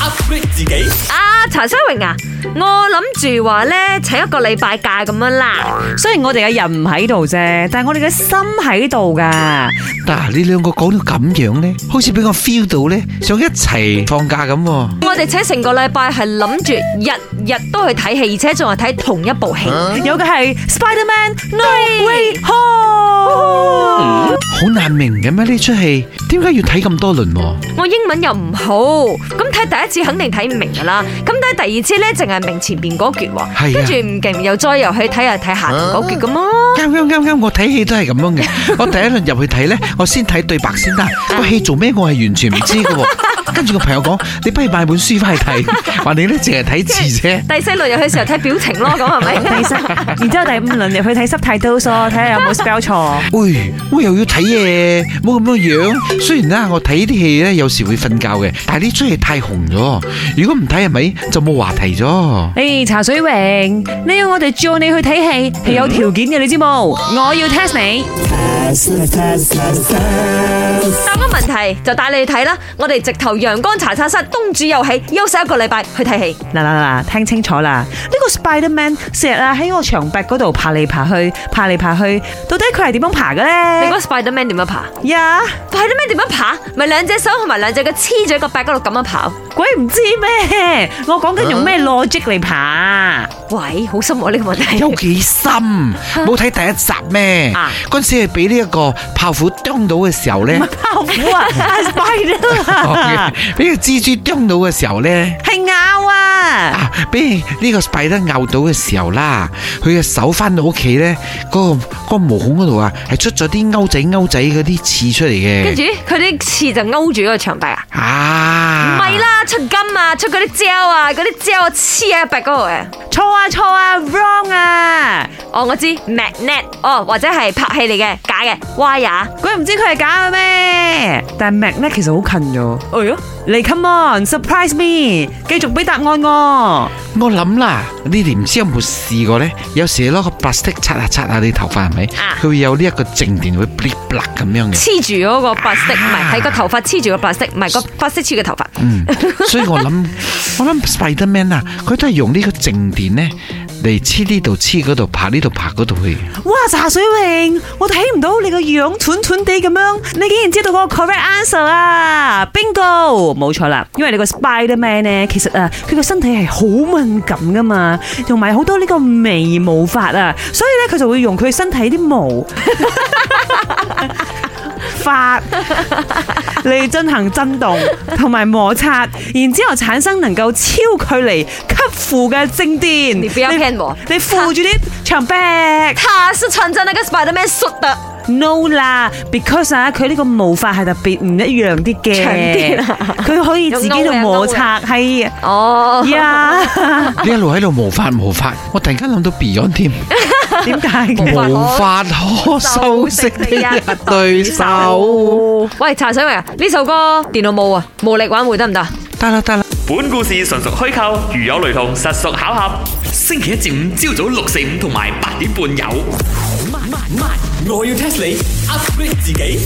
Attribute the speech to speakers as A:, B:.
A: upgrade 自己。
B: 啊，茶水榮啊，我諗住話咧，請一個禮拜假咁樣啦。
C: 雖然我哋嘅人唔喺度啫，但係我哋嘅心喺度噶。
D: 嗱，你兩個講到咁樣咧，好似俾我 feel 到咧，想一齊放假咁喎。
B: 我哋請成個禮拜係諗住日日都去睇戲，而且仲係睇同一部戲。
C: 有嘅係 Spider-Man 啊 No Way Home。
D: 好難明嘅咩呢出戲？點解要睇咁多輪喎？
B: 我英文又唔好，咁睇第一次肯定睇唔明噶啦。咁睇第二次咧，淨係明前邊嗰橛
D: 係啊
B: 喎，跟住唔勁又再又去睇下睇下邊嗰橛咁咯。
D: 啱啱啱啱，我睇戲都係咁樣嘅。我第一輪入去睇呢，我先睇對白先得。個戲做咩，我係完全唔知嘅喎。跟住個朋友講：你不如買本書翻去睇，話你呢淨係睇字啫。
B: 第四輪入去時候睇表情咯，咁係咪？
C: 然之後第五輪入去睇 subtitles 咯，睇下有冇 spell 錯。
D: 喂，我又要睇嘢，冇咁樣樣。雖然啦，我睇啲戲咧有時會瞓覺嘅，但係呢出戲太紅咗，如果唔睇係咪就冇話題咗？
C: 誒，茶水榮，你要我哋叫你去睇戲係有條件嘅，你知冇？我要 test 你。
B: 答個問題就帶你去睇啦。我哋直頭陽光茶餐室東主有喜，休息一個禮拜去睇戲。
C: 嗱嗱嗱，聽清楚啦！呢個 Spider-Man 成日啊喺我牆壁嗰度爬嚟爬去，爬嚟爬去，到底佢係點樣爬嘅
B: 你
C: 咧
B: 嗰？Spider Man 點樣爬
C: 呀，
B: ？Spider Man 點樣爬？咪兩隻手同埋兩隻腳黐住一個壁嗰度咁樣跑。
C: 鬼唔知咩？我講緊用咩 logic 嚟爬？
B: 喂，好深喎呢個問 題。
D: 有幾深？冇睇第一集咩
B: 啊？
D: 嗰陣時係俾呢一個炮虎啄到嘅時 候 咧，哦
C: 泡芙啊，Spider 啊，
D: 俾個蜘蛛啄到嘅時候咧，
C: 係咬啊！
D: 啊，俾呢個 Spider 咬到嘅時候啦，佢嘅手翻到屋企咧，嗰、個嗰個毛孔嗰度啊，係出咗啲勾仔勾仔嗰啲刺出嚟嘅。
B: 跟住佢啲刺就勾住嗰個牆壁啊！唔
D: 啊，
B: 係啦，出金啊，出嗰啲膠啊，嗰啲膠啊黐喺壁嗰度嘅。
C: 錯啊錯啊，wrong 啊！
B: 哦，我知 magnet，哦或者係拍戲嚟嘅假嘅 wire。
C: 鬼唔知佢係假嘅咩？但係 Mac 咧其實好近咗。哎呀，嚟 come on，surprise me，繼續俾答案我。
D: 我諗啦，你哋唔知有冇試過呢？有時你攞個 plastic 擦下擦下你頭髮係咪？
B: 啊
D: 佢會有呢一個靜電會 blip blap 咁樣嘅。
B: 黐住嗰個白色，唔係喺個頭髮黐住個白色，唔係個白色黐嘅頭髮。
D: 嗯，所以我 諗，我諗 Spiderman 啊，佢都係用呢個靜電呢嚟黐呢度黐嗰度，爬呢度爬嗰度 去。
C: 哇！茶水榮，我睇唔到你個樣蠢蠢地咁樣，你竟然知道嗰個 correct answer 啊！Bingo，冇錯啦，因為你個 Spider Man 咧，其實啊，佢個身體係好敏感噶嘛，同埋好多呢個微毛髮啊，所以咧佢就會用佢身體啲毛 髮嚟進行震動同埋摩擦，然之後產生能夠超距離吸附嘅靜電。
B: 你不要騙我
C: 你附住啲牆壁。
B: 他是穿着那個 Spiderman 術的，
C: No 啦，because 啊，佢呢個毛髮係特別唔一樣啲嘅，
B: 長啲啦
C: 佢可以自己度摩擦，係
B: 哦，
C: 呀，
D: 你一路喺度無法無法，我突然間諗到 Beyond 添，
C: 點解嘅？
B: 無
D: 無
B: 法
D: 法可修飾的一對手。
B: 手。喂，茶水明啊，呢首歌電腦冇啊，無力挽回得唔得？
D: 得啦得啦。
E: 本故事純屬虛構，如有雷同，實屬巧合。星期一至五朝早六四五同埋八點半有。
A: 我要 test 你 upgrade 自己。